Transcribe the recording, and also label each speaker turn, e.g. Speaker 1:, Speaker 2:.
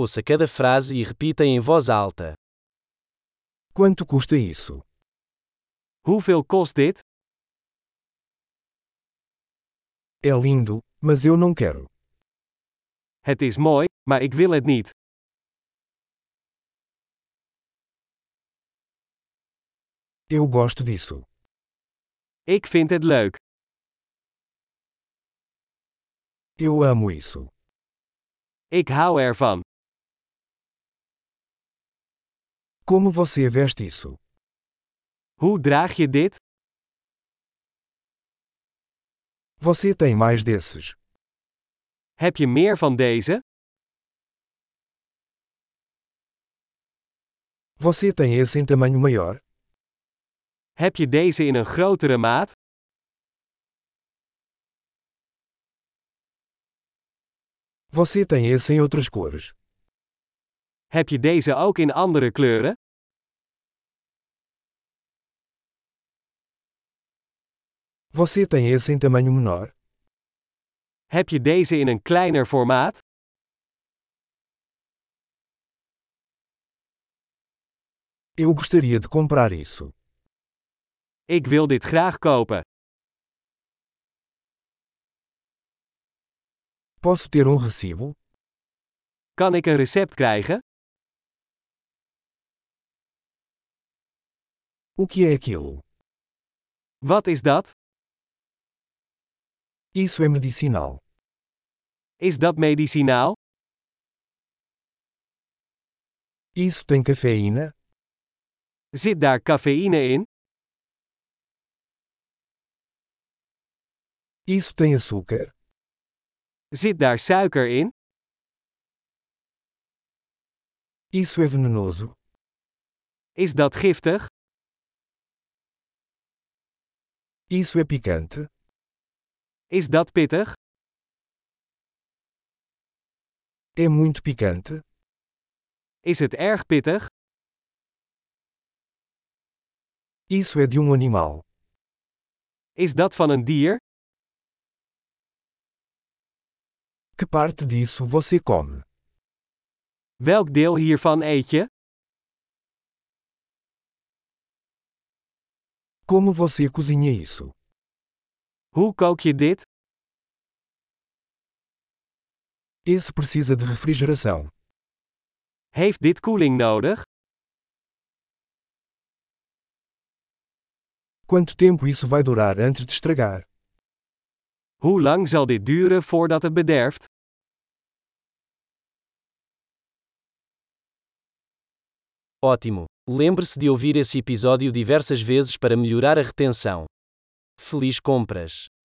Speaker 1: Ouça cada frase e repita em voz alta.
Speaker 2: Quanto custa isso?
Speaker 3: Hoeveel kost dit?
Speaker 2: É lindo, mas eu não quero.
Speaker 3: Het is mooi, maar ik wil het niet.
Speaker 2: Eu gosto disso.
Speaker 3: Ik vind het leuk.
Speaker 2: Eu amo isso.
Speaker 3: Ik hou ervan.
Speaker 2: Como você veste isso?
Speaker 3: Hoe draag je dit?
Speaker 2: Você tem mais desses.
Speaker 3: Heb je meer van deze?
Speaker 2: Você tem esse em tamanho maior?
Speaker 3: Heb je deze in een grotere maat?
Speaker 2: Você tem esse em outras cores?
Speaker 3: Heb je deze ook in andere kleuren?
Speaker 2: Você tem esse em tamanho menor?
Speaker 3: Heb je deze in een kleiner formaat?
Speaker 2: Eu gostaria de comprar isso.
Speaker 3: Ik wil dit graag kopen.
Speaker 2: Posso ter um recibo?
Speaker 3: Kan ik een recept krijgen?
Speaker 2: O que é aquilo?
Speaker 3: Wat is dat?
Speaker 2: Isso é medicinal.
Speaker 3: Is dat medicinaal?
Speaker 2: Isso tem cafeína?
Speaker 3: Zit daar cafeïne in?
Speaker 2: Isso tem açúcar?
Speaker 3: Zit daar suiker in?
Speaker 2: Isso é venenoso?
Speaker 3: Is dat giftig?
Speaker 2: Isso é picante?
Speaker 3: Is dat pittig?
Speaker 2: É muito picante?
Speaker 3: Is het erg pittig?
Speaker 2: Isso é de um animal.
Speaker 3: Is dat van een dier?
Speaker 2: Que parte disso você come?
Speaker 3: Welk deel hiervan eet je?
Speaker 2: Como você cozinha isso?
Speaker 3: Hoe kook je dit?
Speaker 2: Esse precisa de refrigeração.
Speaker 3: Heeft dit koeling nodig?
Speaker 2: Quanto tempo isso vai durar antes de estragar?
Speaker 3: Hoe lang zal dit duren voordat het bederft?
Speaker 1: Ótimo! Lembre-se de ouvir esse episódio diversas vezes para melhorar a retenção. Feliz compras!